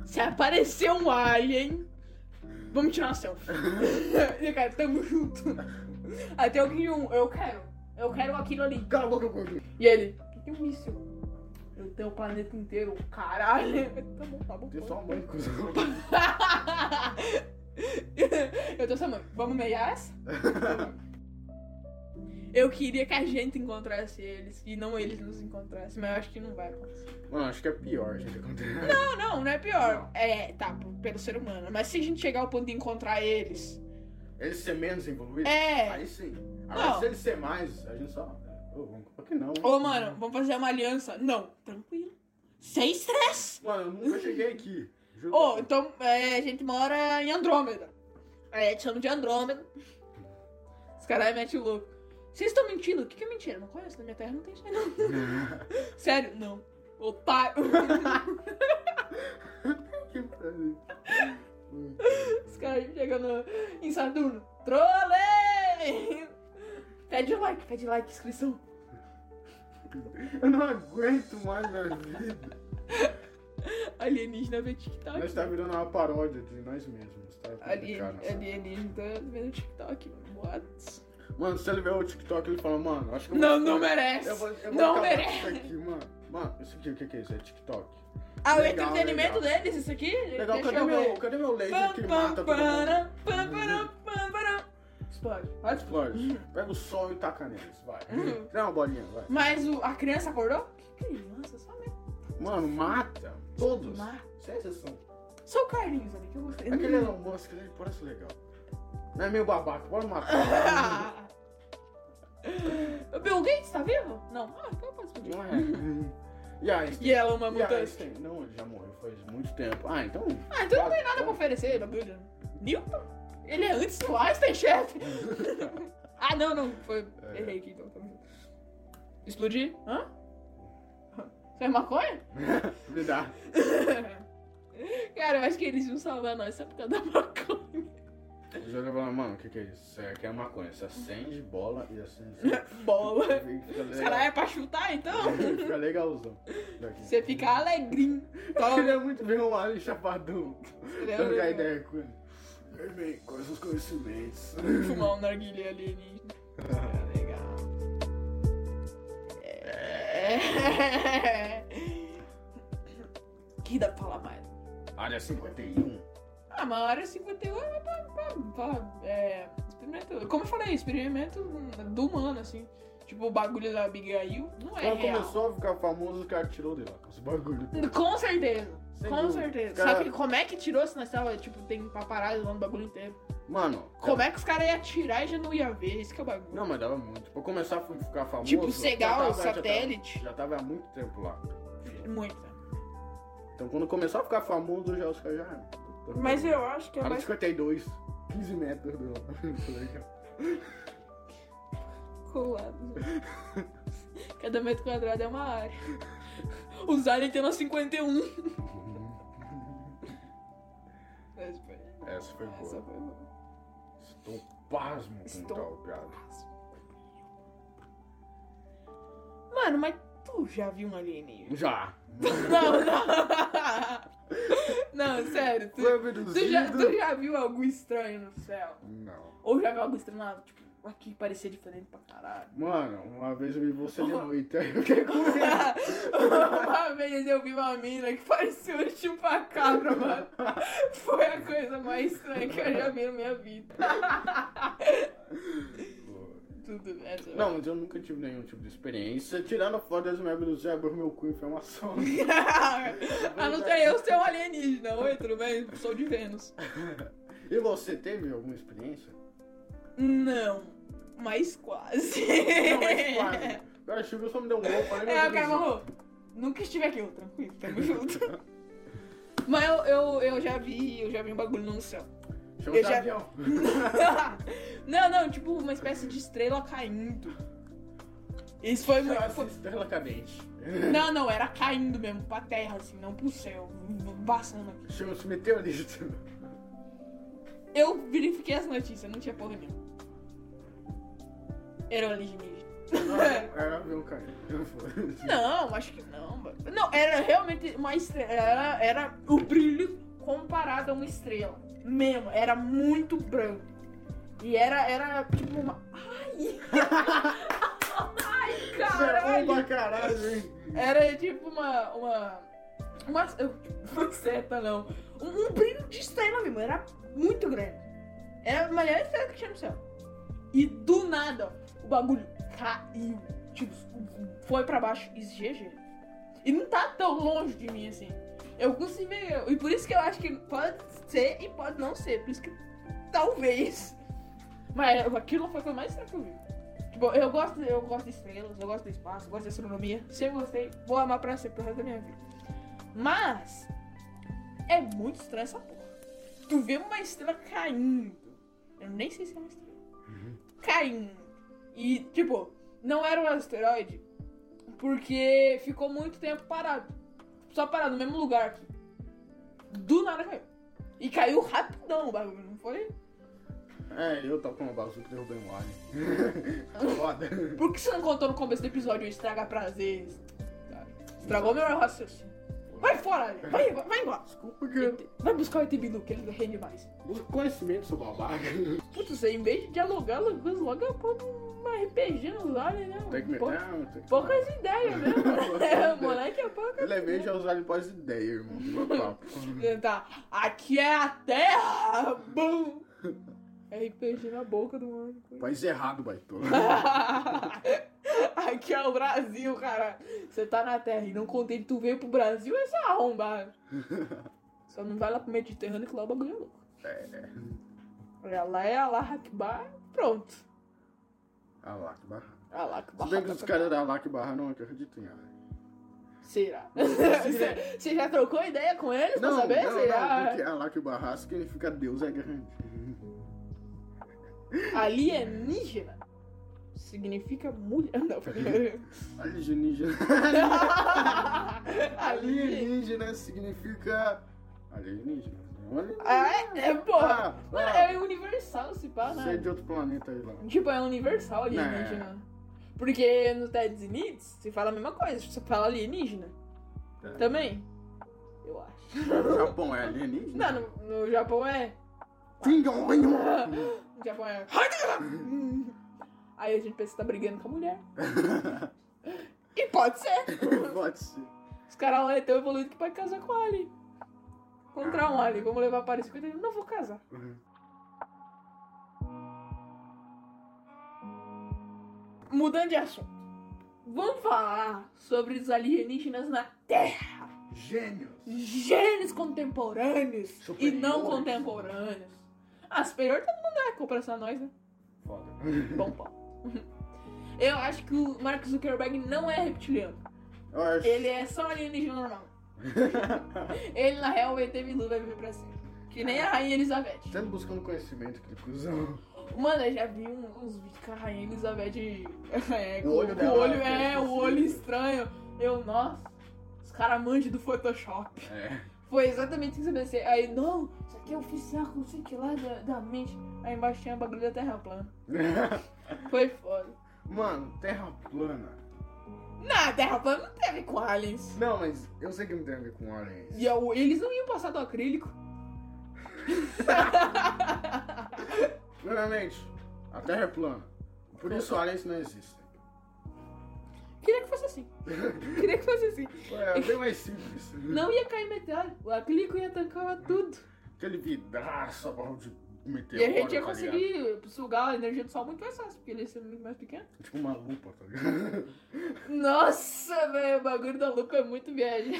Se aparecer um alien, vamos tirar uma selfie. [laughs] E, cara, tamo junto. Até alguém um, eu quero. Eu quero aquilo ali.
Cala a boca, gordo.
E ele, o que é um míssil? Eu tenho o planeta inteiro, caralho. [laughs] Tá bom, tá bom.
Tem
tá
só
bom.
uma mãe, cuzão.
[laughs] Eu tô chamando. Vamos meiar essa? Eu queria que a gente encontrasse eles e não eles nos encontrassem, mas eu acho que não vai acontecer.
Mano, acho que é pior, gente. acontecer.
Não, não, não é pior. É, tá, p- pelo ser humano. Mas se a gente chegar ao ponto de encontrar eles.
Eles ser menos evoluídos?
É.
Aí sim. Agora,
Não.
se eles ser mais, a gente só. Ô, vamos- por que não?
Ô, mano, vamos fazer uma aliança? Não, tranquilo. Sem estresse.
Mano, eu nunca cheguei aqui. Juro.
Ô, então, é, a gente mora em Andrômeda. É, te chamo de Andrômeda. Os caras metem o louco. Vocês estão mentindo? O que, que é mentira? Eu Não conheço, na minha terra não tem isso aí, não. [laughs] Sério? Não. Otário.
[laughs]
[laughs]
que prazer.
Os caras chegando em Saturno. Trolei! Pede like, pede like, inscrição.
Eu não aguento mais minha vida.
Alienígena vê TikTok.
Nós tá virando uma paródia de nós mesmos. Tá
Alien,
complicado, sabe?
alienígena tá vendo TikTok. What?
Mano, se ele ver o TikTok, ele fala, mano, acho que eu
Não,
vou-
não merece.
Eu vou, eu vou
não
acabar com
merece.
Isso aqui, mano. Mano, isso aqui, o que que é isso? É TikTok.
Ah, o
Legal,
entretenimento
legal.
deles, isso aqui?
Legal,
Deixa
cadê
eu ver.
meu, cadê meu laser que mata todo mundo?
Pam, pam, pam, pam, pam. Explode. Pode Uhum. explodir.
Explode. Pega o sol e taca neles, vai. Dá uma bolinha, vai.
Mas o- a criança acordou? Que criança, só mesmo.
Mano, mata todos.
Mata. Uhum.
Sem exceção.
Só o Carlinhos ali, que eu gostei.
Aquele Elon Musk, ele parece legal. Não é meio babaca, bora matar.
Ah! O [laughs] Bill Gates tá vivo? Não. Ah, então pode [laughs] explodir.
Não é. E aí?
E ela é uma
E aí,
mutante.
Einstein? Não, ele já morreu faz muito tempo. Ah, então.
Ah, então não tem nada pra oferecer, bagulho. Newton? Ele é antes do Einstein, [laughs] chefe. ah, não, não. Foi.
É.
Errei aqui, então. tá bom. Explodir? Hã? Isso é maconha? [laughs]
Me dá.
Cara, eu acho que eles iam salvar nós só por causa da maconha.
O jogo fala, mano, o que, que é isso? Isso aqui é maconha. Você acende bola e acende. Fica
[laughs] Bola. Será
legal.
é pra chutar, [laughs] então?
Fica legalzão. Daqui.
Você fica alegrinho.
Eu
Toma. [laughs]
queria muito ver um alien chapadão.
né?
Trocar ideia com ele. Meu bem, quais os conhecimentos?
Fumar um narguilé alienígena. Ah, legal. É. Que dá pra falar mais?
Área 51.
Ah, mas a área 51 é pra, pra, pra é, experimento. Como eu falei, experimento do humano, assim. Tipo, o bagulho da Abigail não é
Quando
real.
começou a ficar famoso, o cara tirou dele lá. Os bagulho.
Com certeza.
Sem
com
dúvida.
certeza.
Cara-
Só que como é que tirou se nós tava, tipo, tem paparazzi lá no bagulho inteiro?
Mano.
Como é que os caras iam tirar e já não ia ver? Esse que é o bagulho.
Não, tá, mas dava muito. Pra começar a ficar famoso.
tipo,
já
cegar o
tava- já tava-
satélite.
Já tava há muito tempo lá.
Muito.
Então quando começou a ficar famoso, já ah, os caras já.
Mas eu acho que é
Área
mais.
52. 15 metros do. [laughs] Legal.
[laughs] colado. Cada metro quadrado é uma área. [laughs] Os aliens têm uma 51.
Uhum.
Essa É, foi-
Essa foi boa.
Essa foi boa.
Estou pasmo com
Estou
tal piada.
Mano, mas tu já viu um alienígena? [laughs]
Já.
Não, [laughs] não. Não, sério. Tu,
Foi
[laughs] tu já,
abduzido.
tu já viu algo estranho no céu?
Não.
Ou já viu algo estranho lá, tipo, aqui parecia diferente pra caralho?
Mano, uma vez eu vi você de noite, aí eu fiquei com medo.
[laughs] uma vez eu vi uma mina que parecia um chupacabra, [laughs] mano. Foi a coisa mais estranha que eu já vi na minha vida. Tudo bem. [laughs]
Não, mas eu nunca tive nenhum tipo de experiência. Tirando a foto das merdas do Zé, abriu meu cu e foi uma só.
a não ser eu ser um alienígena. Oi, tudo bem? Sou de Vênus.
E você teve alguma
[laughs]
experiência?
Não, mas quase.
Não, mas quase. Cara, chuva só me deu um gol, falei
[laughs] É, o
Deus
cara
do céu.
falou, nunca estive aqui, eu, tranquilo, tamo
[laughs]
junto. Mas eu, eu, eu já vi, eu já vi um bagulho no céu.
Chama
Eu
o
já-
avião.
[laughs] não, não, tipo uma espécie de estrela caindo. Isso foi muito.
Essa estrela cadente.
Não, não, era caindo mesmo pra terra, assim, não pro céu. Passando aqui.
Chama-se meteorito.
Eu verifiquei as notícias, não tinha porra nenhuma. Era alienígena.
Não, Era meu é, um cara.
Não, acho que não, mano. Não, era realmente uma estrela. Era, era o brilho comparado a uma estrela. Mesmo, era muito branco. E era, era tipo uma. Ai! [laughs] Ai,
Caralho.
caralho!
pra um caralho, hein?
Era tipo uma. Uma. Uma, eu- [laughs] uma seta, não. Um, um brilho de estrela mesmo. Era muito grande. Era a maior estrela que tinha no céu. E do nada, ó, o bagulho caiu. Tipo, foi pra baixo. E GG. E não tá tão longe de mim assim. Eu consigo ver. E por isso que eu acho que pode ser e pode não ser. Por isso que talvez. Mas aquilo foi o que eu mais tranquilo. Tipo, eu gosto, eu gosto de estrelas, eu gosto do espaço, eu gosto de astronomia. Se eu gostei, vou amar pra sempre pro resto da minha vida. Mas é muito estranho essa porra. Tu vê uma estrela caindo. Eu nem sei se é uma estrela. Caindo. E, tipo, não era um asteroide porque ficou muito tempo parado. Só parado no mesmo lugar aqui. Do nada caiu. E caiu rapidão o bagulho, não foi?
É, eu tava com uma bazuca e derrubei um alien. Foda.
Por que você não contou no começo do episódio estraga prazeres? Estragou meu raciocínio. Vai fora, Ale. vai, vai, vai embora.
Desculpa, cara.
Vai buscar o ET Bilu, que ele rende mais.
Muito conhecimento, seu babaca.
Putz, você, em vez de dialogar, ela usa logo a porra de um RPG nos aliens, né?
Tem que meter.
Pou-
ah, tem que-
Poucas ideias, né?
[laughs]
[laughs] mano? Moleque é pouca.
Eu levei já usar ele pós ideia, irmão. Meu papo.
Tá. Aqui é a terra! Bum! [laughs] RPG na boca do mano.
País errado, baitola.
[laughs] Aqui é o Brasil, cara. Você tá na Terra e não contente, tu veio pro Brasil, é só
[laughs]
arrombado. Só não vai lá pro Mediterrâneo que lá o bagulho é louco.
É.
Olha lá é Allah Akbar, pronto.
Alá, que barra.
Allah
Se
Akbar.
bem que os caras da Alá que barra não acreditam em Alá.
Será? [laughs] Você você já trocou ideia com eles pra saber? é Será?
não, porque Alá que barra significa Deus é grande.
Alienígena significa mulher.
[laughs]
Não, peraí.
Alienígena.
[laughs] Alienígena.
Alienígena significa. Alienígena. Um alienígena.
É, é, porra.
Ah,
Mano,
ah,
é universal se pá, né?
Você é de outro planeta aí lá.
Tipo, é universal alienígena. Porque no Estados Unidos se fala a mesma coisa, você fala alienígena. Tá Também? Eu acho. [laughs]
O Japão é alienígena?
Não, no, no Japão é.
Não.
No Japão é. Aí a gente pensa que tá brigando com a mulher. E pode ser! [laughs]
Pode ser.
Os caras lá é tão evoluído que pode casar com a Ali. Contra um Ali, vamos levar para 50 Não vou casar. Mudando de assunto. Vamos falar sobre os alienígenas na Terra.
Gênios.
Gênios contemporâneos e não
Superiores.
contemporâneos. Ah, superior todo mundo é, comparação a nós, né?
Foda.
Bom pau. [laughs] Eu acho que o Mark Zuckerberg não é reptiliano.
Eu acho. [laughs]
Ele é só alienígena normal. Ele, na real, vai ter Bilu, vai viver pra sempre. Que nem a Rainha Elizabeth.
Sempre Tá buscando conhecimento, aquele cuzão.
Mano, eu já vi um- uns vídeos com a Rainha Elizabeth. [laughs] É, com,
O olho
com
dela
o olho
é
é, o
esquecido.
olho estranho. Eu, nossa, os caras manjam do Photoshop.
É.
Foi exatamente isso que eu pensei. Aí, não, isso aqui é oficial, não sei o que lá da, da mente. Aí embaixo tinha um bagulho da Terra plana. Foi foda.
[laughs] Mano, terra plana.
Não, a Terra plana não teve com aliens.
Não, mas eu sei que não tem a ver com aliens.
E eu- eles não iam passar do acrílico.
Primeiramente, a terra é plana. Por isso aliens não existem.
Queria que
[laughs]
fosse assim. Queria que fosse assim.
É bem mais simples.
Não ia cair meteoro. O acrílico ia tancar tudo.
Aquele vidraço, a barra de
E a
meteoro.
gente ia
tá
conseguir sugar a energia do sol muito mais fácil, porque ele ia ser muito mais pequeno.
ligado? Tipo uma lupa, tá ligado? [laughs]
Nossa, velho, o bagulho da lupa é muito [laughs] viagem.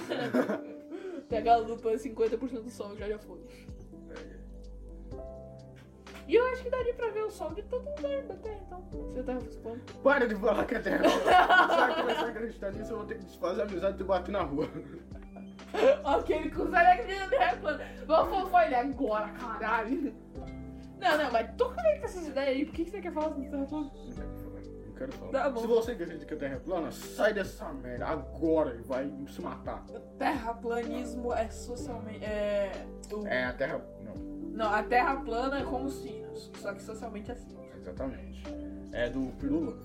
Pegar a lupa 50% do sol já já foi.
É.
E eu acho que daria pra ver o sol de todo lugar da Terra, então. Se a Terra fosse [laughs] plana.
Para de falar que a
[laughs]
terra é plana. Se eu começar a acreditar nisso, eu vou ter que desfazer a amizade e te bater na rua. [laughs]
Aquele que usa a menina da Terra plana. Vamos fofar ele agora, caralho. Não, não, mas tô com ele com essas ideias aí. Por que que você quer falar sobre Terra plana?
quero falar.
Tá bom.
Se você acredita que a Terra é plana, sai dessa merda agora e vai se matar.
Terraplanismo é socialmente. É, o-
É, a Terra. Não,
Não, a terra plana é como os sinos, só que socialmente assim.
exatamente. É do Pirula.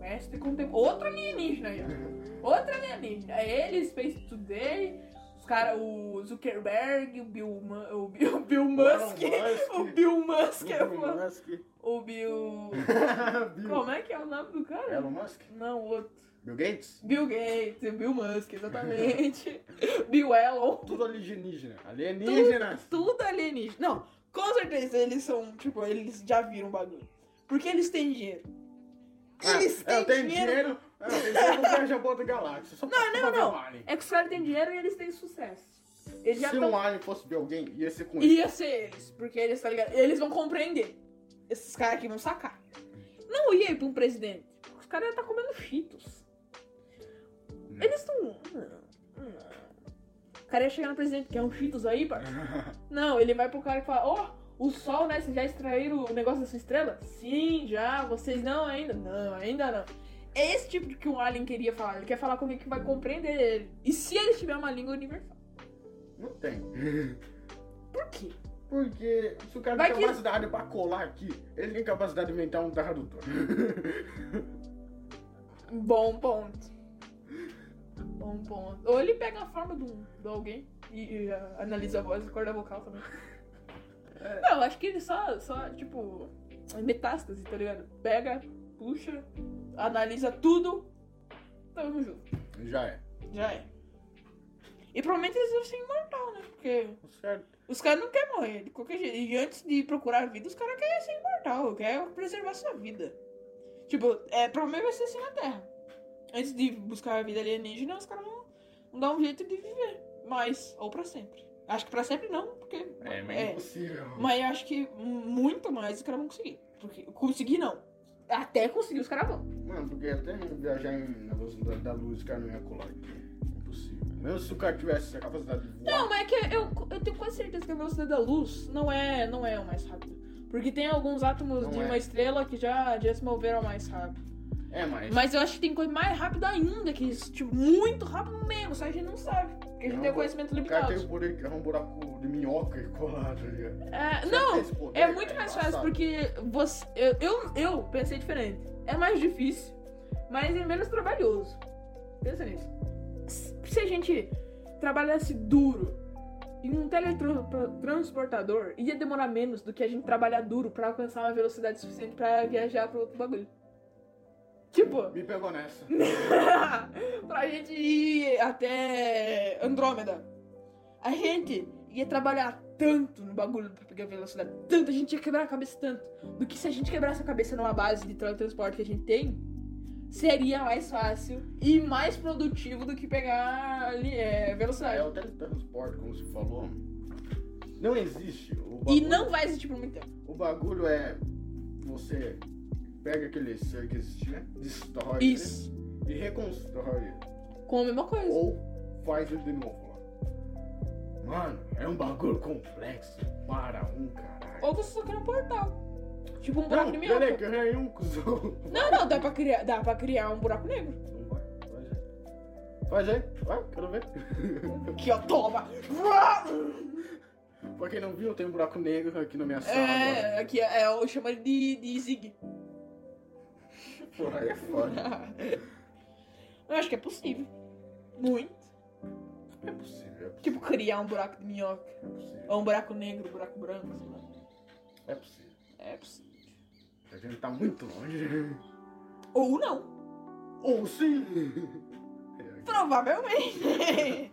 Mestre contemporâneo. Outro alienígena aí,
[laughs]
ó. Outro alienígena. É ele, Space Today, os caras, o Zuckerberg, o Bill, Ma- o Bill, o Bill Musk. [laughs] O Bill Musk é
Elon
o. [laughs]
Musk.
O Bill.
Bill.
Como é que é o nome do cara?
Elon Musk?
Não, o outro.
Bill Gates?
Bill Gates, Bill Musk, exatamente. [laughs] Bill Elon.
Tudo alienígena. Alienígenas!
Tudo alienígena. Não, com certeza eles são, tipo, eles já viram o bagulho. Porque eles têm dinheiro. Eles
é, eu
têm
tenho
dinheiro.
dinheiro. É, eu tenho dinheiro, eu viajo a borda da galáxia. Só pra-
não,
pra ver
não.
o Alien.
É que os caras têm dinheiro e eles têm sucesso. Eles já
Se
estão.
um Alien fosse de alguém, ia ser com ele.
Ia ser eles, porque eles, tá ligado? Eles vão compreender. Esses caras aqui vão sacar. Não ia ir pra um presidente. Os caras iam estar comendo cheetos.
Hum.
Eles estão. O cara ia chegar no presidente, quer um cheetos aí, parça?
[laughs]
Não, ele vai pro cara que fala, ó, o sol, né? Vocês já extraíram o negócio da sua estrela? Sim, já. Vocês não ainda? Não, ainda não. É esse tipo de que o Alien queria falar. Ele quer falar com alguém que vai compreender ele. E se ele tiver uma língua universal?
Não tem.
Por quê?
Porque se o cara
Vai
tem
que-
capacidade pra colar aqui, ele tem capacidade de inventar um tradutor.
Bom ponto. Bom ponto. Ou ele pega a forma do, do alguém e, e, ah, analisa a voz e corda vocal também. Não, acho que ele só, só tipo, metástase, tá ligado? Pega, puxa, analisa tudo, tamo junto.
[laughs] Já é.
Já é. E provavelmente eles vão ser imortal, né? Porque
Certo.
os caras não querem morrer de qualquer jeito. E antes de procurar a vida, os caras querem ser imortal, querem preservar sua vida. Tipo, é, provavelmente vai ser assim na Terra. Antes de buscar a vida alienígena, os caras vão, vão dar um jeito de viver. Mas, ou pra sempre. Acho que pra sempre não, porque.
É meio
é.
impossível.
Mas eu acho que muito mais os caras vão conseguir. Porque conseguir não. Até conseguir os caras vão.
Mano, porque até viajar em- na velocidade da luz, o cara não ia colar aqui. Impossível. Mesmo se o cara tivesse a capacidade de voar.
Não, mas é que eu, eu tenho quase certeza que a velocidade da luz não é, não é o mais rápido. Porque tem alguns átomos
Não
de
é.
uma estrela que já, já se moveram mais rápido.
É, mas.
Mas eu acho que tem coisa mais rápida ainda, que isso, tipo, muito rápido mesmo, só a gente não sabe. Porque a gente
Não,
tem o conhecimento
O cara
limitado.
tem o poder de criar um buraco de minhoca e colar, tá ligado?
É,
Será que tem
não,
esse poder,
é muito
cara?
mais fácil,
Embaçado.
porque você. Eu, eu, eu pensei diferente. É mais difícil, mas é menos trabalhoso. Pensa nisso. S- Se a gente trabalhasse duro em um teletransportador, ia demorar menos do que a gente trabalhar duro pra alcançar uma velocidade suficiente pra viajar pro outro bagulho. Tipo.
Me pegou nessa.
[laughs] pra gente ir até Andrômeda. A gente ia trabalhar tanto no bagulho pra pegar velocidade, tanto, a gente ia quebrar a cabeça tanto, do que se a gente quebrasse a cabeça numa base de teletransporte que a gente tem, seria mais fácil e mais produtivo do que pegar ali, é,
É
velocidade.
o teletransporte, como você falou. Não existe. O
E
bagulho-
não vai existir por muito tempo.
O bagulho é você pega aquele ser que existia, destrói ele
Isso.
e reconstrói ele.
Com a mesma coisa.
Ou faz ele de novo lá. Mano, é um bagulho complexo para um caralho.
Ou você só cria um portal. Tipo um buraco
não,
de minhoca.
peraí, que eu ganhei um cuzão.
Não, não, dá pra criar, dá pra criar um buraco negro.
Então vai, faz aí. Faz aí, vai, quero ver.
Aqui, ó, toma!
pra quem não viu, tem um buraco negro aqui na minha sala.
É, aqui, é, eu chamo ele de, de Zig. [laughs]
Porra, aí é foda.
Eu acho que é possível. Muito.
É possível, é possível.
Tipo, criar um buraco de minhoca.
É possível.
Ou um buraco negro, um buraco branco, sei lá.
É possível.
É possível.
A gente tá muito longe. [laughs]
Ou não.
Ou sim. É.
Provavelmente.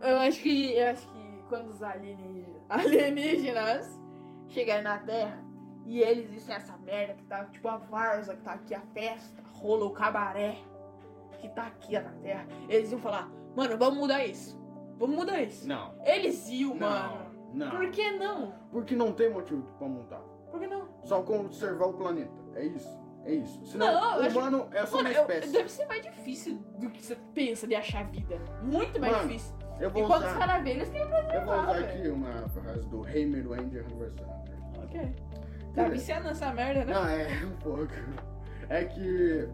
eu acho que. Eu acho que quando os alienígenas, [laughs] alienígenas chegarem na Terra e eles dizem essa merda que tá tipo a Varza, que tá aqui a festa, rola o cabaré, que tá aqui na Terra, eles iam falar, mano, vamos mudar isso. Vamos mudar isso.
Não.
Eles iam,
Não.
mano.
Não.
Por que não?
Porque não tem motivo pra montar.
Por que não?
Só conservar o planeta. É isso. É isso.
Não,
Senão,
eu
o
acho-
humano é só
Mano,
uma
eu-
espécie.
deve ser mais difícil do que você pensa de achar vida. Muito mais
Mano.
difícil.
Eu vou
E quando os
usar,
caravelhos tem
eu vou usar
velho.
aqui uma frase do Heimer do Andy Anderson.
Ok. Tá viciado nessa merda, né?
Não, é [laughs] um pouco. É que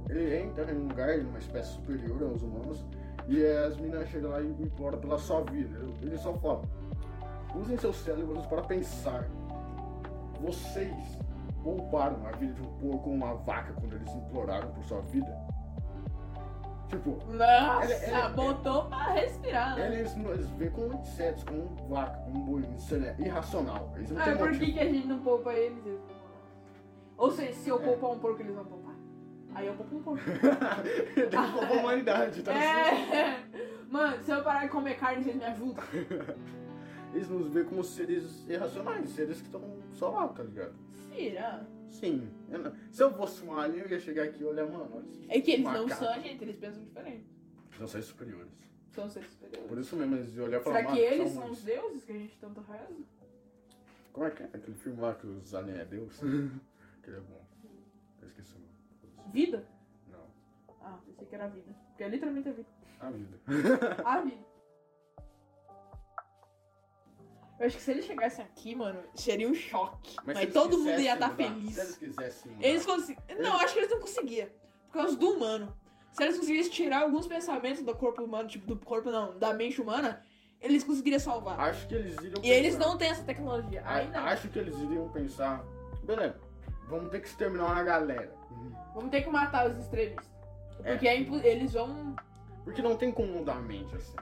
ele entra em um lugar, numa espécie superior aos humanos, e as meninas chegam lá e imploram pela sua vida. Ele só fala: usem seus cérebros para pensar. Vocês pouparam a vida de um porco ou uma vaca quando eles imploraram por sua vida? Tipo,
Nossa,
Ele- ele-
botou pra respirar, né?
eles nos veem como insetos, como vaca, como boi, isso é irracional. Eles não
Ah,
têm
por
motivo. [laughs]
que, que a gente não poupa eles? Eles não poupam. Ou seja, se eu poupar um porco, eles vão poupar. Aí eu poupo um
[laughs]
porco.
Tem que
[laughs]
poupar a humanidade, tá?
É! Mano, se eu parar de comer carne, vocês me ajudam.
Eles nos veem como seres irracionais, seres que estão só lá, tá ligado?
Será?
Sim. eu não- Se eu fosse um alien, eu ia chegar aqui e olhar, mano, olha esses
É que eles não
macacos.
são a gente, eles pensam diferente.
Não são superiores.
São seres superiores.
Por isso mesmo, eles iam olhar pra
Será que eles são os
uns...
deuses que a gente tanto reza?
Como é que é aquele filme lá que os aliens é Deus? [laughs] Aquele é bom. Eu esqueci o nome.
Vida?
Não.
Ah, pensei que era vida. Porque é literalmente a vida.
A vida.
A vida. Eu acho que se eles chegassem aqui, mano, seria um choque. Mas,
se eles
todo mundo
quisessem
ia estar
mudar,
feliz.
Se eles quisessem mudar.
Eles conseguiam. Não, acho que eles não conseguiam. Por causa do humano. Se eles conseguissem tirar alguns pensamentos do corpo humano, tipo, do corpo não, da mente humana, eles conseguiriam salvar.
Acho que eles iriam
E eles
pensar-
não né? têm essa tecnologia.
A-
Ainda não.
Acho que eles iriam pensar... Beleza, vamos ter que exterminar uma galera.
Vamos ter que matar os extremistas. Porque é impo- eles vão.
Porque não tem como mudar a mente assim.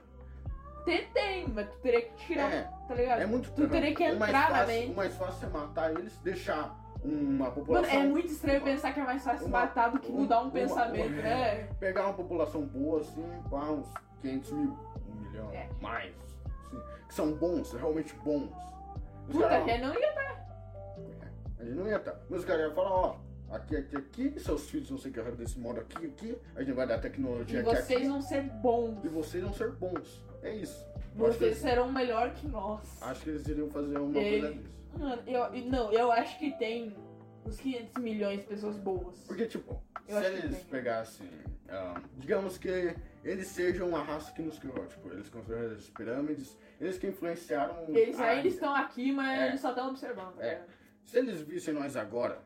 Ter, tem, mas tu teria que tirar,
É,
tá ligado?
É muito
Tu teria que
O mais
entrar na
fácil-
mente.
O mais fácil é matar eles, deixar uma
Mano,
população.
é muito estranho
uma-
pensar que é mais fácil
uma-
matar do que
uma-
mudar um
uma-
pensamento,
uma-
né?
Pegar uma população boa, assim, pá, uns 500 mil, um milhão,
É.
mais. assim, que são bons, realmente bons. Os
Puta,
caras-
que é não ia.
A gente não ia estar. Mas os caras iam falar, ó, aqui, aqui, aqui, seus filhos vão ser guerreiros desse modo aqui, aqui, a gente vai dar tecnologia
E
aqui,
vocês
aqui.
vão ser bons.
E vocês vão ser bons. É isso. Eu Acho que,
Vocês
eles,
serão melhor que nós.
acho que eles iriam fazer uma
Ei.
coisa disso.
Mano, eu, eu- não, eu acho que tem uns 500 milhões de pessoas boas.
Porque, tipo,
Eu
se
acho que
eles
tem.
pegassem. ah, digamos que eles sejam a raça que nos criou, tipo, eles construíram as pirâmides, eles que influenciaram.
Eles
a
ainda
Ásia.
estão aqui, mas
ah, É.
eles só estão observando.
É.
né?
Se eles vissem nós agora,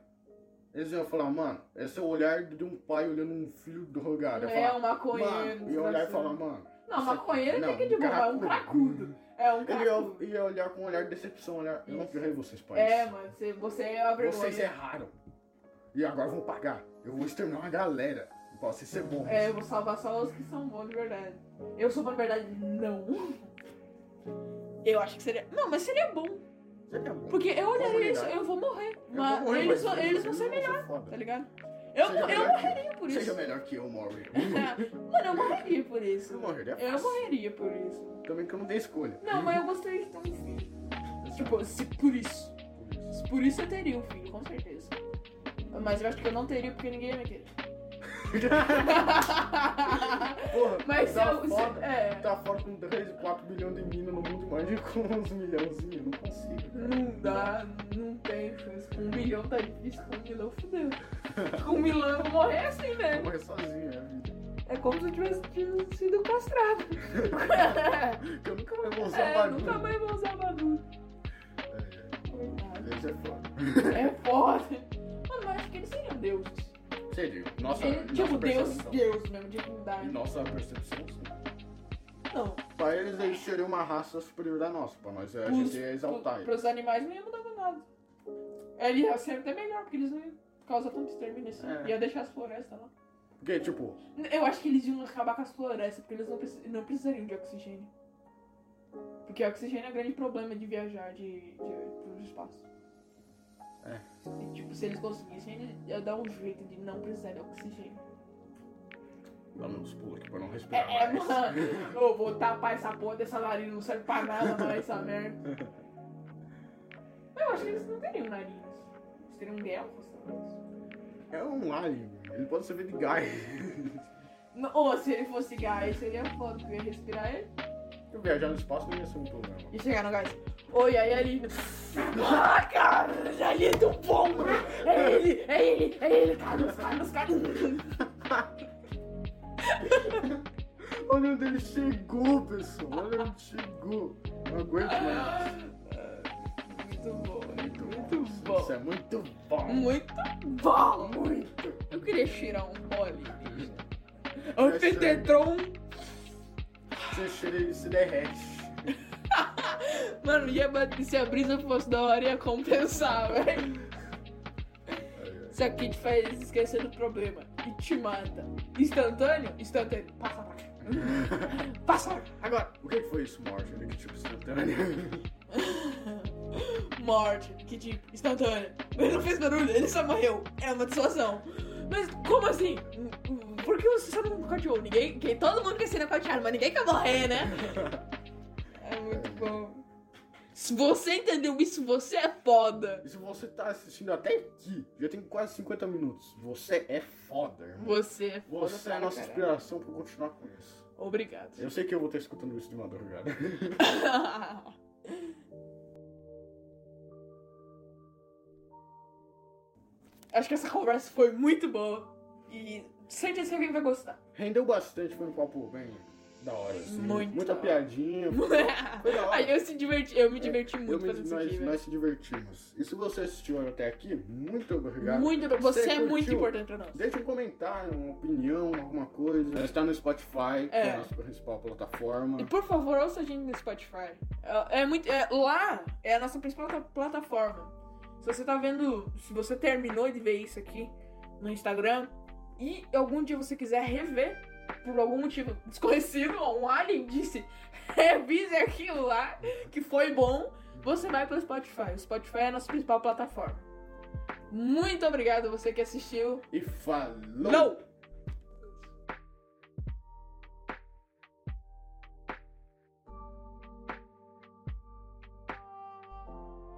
eles iam falar, mano, esse é o olhar de um pai olhando um filho drogado.
Não
Ia
é
falar,
um maconheiro.
mano, ia olhar e
desgraçado.
falar, mano.
Não,
isso aqui-
maconheiro
não,
tem que de
um
boa, é um
cracudo.
cracudo. É um
Ele ia-
cracudo.
ia, olhar com um olhar de decepção, olhar. Eu não
Isso.
ferrei vocês, pais.
É, mano, você, você é a vergonha.
vocês erraram. E agora vão pagar. Eu vou exterminar uma galera. Pra vocês ser bons.
É, eu vou salvar só os que são bons de verdade. Eu sou bom de verdade? Não. Eu acho que seria. Não, mas seria bom.
Seria bom.
Porque eu olharia isso,
Comunidade.
eu vou morrer.
Eu
É Mas
vou morrer,
eles,
mas
vão, eles vão ser melhores,
foda.
tá ligado? Eu,
Seja
eu
melhor que-
morreria por isso.
Seja melhor que eu, Mario.
[laughs] Mano, eu morreria por
Eu
isso.
morreria
Eu é
fácil.
morreria por isso.
Também que eu não dei escolha.
Não, mas eu gostaria de ter um filho. [laughs] Tipo, se por isso. Se por isso eu teria um filho, com certeza. Mas eu acho que eu não teria porque ninguém ia me querer.
[laughs]
[laughs]
Porra,
[laughs] mas se
tá
eu. se-
foda.
é.
Tá fora com 3, 4 bilhões de minas no mundo, imagina com uns milhãozinhos, não consigo. cara.
Não dá, não tem chance. Com um milhão tá difícil, com um
[laughs]
milhão fudeu. Com um milhão eu vou morrer assim,
Eu
né?
morrer sozinho, é a vida.
É como se eu tivesse tido- sido castrado.
Eu nunca mais vou usar
[laughs] é,
bagulho.
nunca mais vou usar bagulho.
É,
Coitado.
Deus é foda.
[laughs] É foda. Mano, mas acho que eles seriam deuses.
Seria. Nossa,
Ele- tipo,
nossa
Deus,
percepção.
Deus mesmo,
E
divindade.
nossa percepção, sim.
Não,
Pra eles, eles seriam uma raça superior à nossa. Pra nós, a
Os-
gente ia exaltar
pro,
eles.
pros animais não ia mudar nada. Ele ia ser até melhor, porque eles não iam causar tanto extermínio assim.
É.
Ia deixar as florestas lá.
Porque, tipo,
Eu acho que eles iam acabar com as florestas, porque eles não, precis- não precisariam de oxigênio. Porque o oxigênio é o grande problema de viajar de, de, pro espaço.
É.
E, tipo, se eles conseguissem, eles- ia dar um jeito de não precisar de oxigênio.
dá meus pulos aqui pra não respirar
É, é,
mais.
mano. Eu vou tapar essa porra dessa narina, não serve pra nada mais essa merda. Eu acho que eles não teriam nariz. Eles teriam guelfos, talvez.
É um alien, ele pode ser
[laughs]
vidigais.
Não, Ou se ele fosse gás, seria foda, porque eu ia respirar ele
Eu viajar no espaço não ia ser um problema. [laughs]
e chegar no gás. Oi, aí ali. Ah, cara, ali do bom! É ele, é ele, é ele, Carlos, Carlos, Carlos.
Olha onde ele chegou, pessoal. Olha onde chegou. Não aguento mais.
Muito bom, muito bom.
Isso é muito bom.
Muito bom!
Muito.
Eu queria tirar um pole nisso.
Vai ser-
Anfiteron!
Você cheira ele se
[laughs]
derrete.
Mano, ia bater, se a brisa fosse da hora, ia compensar, velho. Isso aqui te faz esquecer do problema e te mata. Instantâneo? Instantâneo. Passa pra cá. Passa pra cá. Agora.
O que que foi isso, Morte? Olha Que tipo instantâneo.
[laughs] Morte. Que tipo? Instantâneo. Ele não fez barulho, ele só morreu. É uma dissuasão. Mas como assim? Por que você só não nocauteou? Ninguém. que- Todo mundo quer ser nocauteado, mas ninguém quer morrer, né? É muito bom. Se você entendeu isso, você é foda.
E se você tá assistindo até aqui, já tem quase 50 minutos. Você é foda, irmão.
Você é foda.
Você é
pra
a nossa
caralho.
inspiração pra continuar com isso. [laughs]
Obrigado.
Eu sei que eu vou estar escutando isso de madrugada.
Acho que essa conversa foi muito boa. E certeza que alguém vai gostar.
[laughs] Rendeu bastante, foi um papo bem da hora. Assim.
Muito
Muita
da hora. [laughs]
piadinha. Foi da hora.
Aí eu se diverti, eu me
É,
diverti
Eu
muito
me-
fazendo isso aqui,
nós,
velho.
nós se divertimos. E se você assistiu até aqui, muito obrigado.
Muito, você é
curtiu?
muito importante pra nós.
Deixa um comentário, uma opinião, alguma coisa. Nós está no Spotify, que é
É.
a nossa principal plataforma.
E por favor, ouça a gente no Spotify. É, é muito. é- lá é a nossa principal ta- plataforma. Se você tá vendo. Se você terminou de ver isso aqui no Instagram e algum dia você quiser rever, por algum motivo [laughs] desconhecido, um alien disse, [laughs] revise aquilo lá, que foi bom, você vai pro Spotify. O Spotify é a nossa principal plataforma. Muito obrigado a você que assistiu.
E falou!
Não!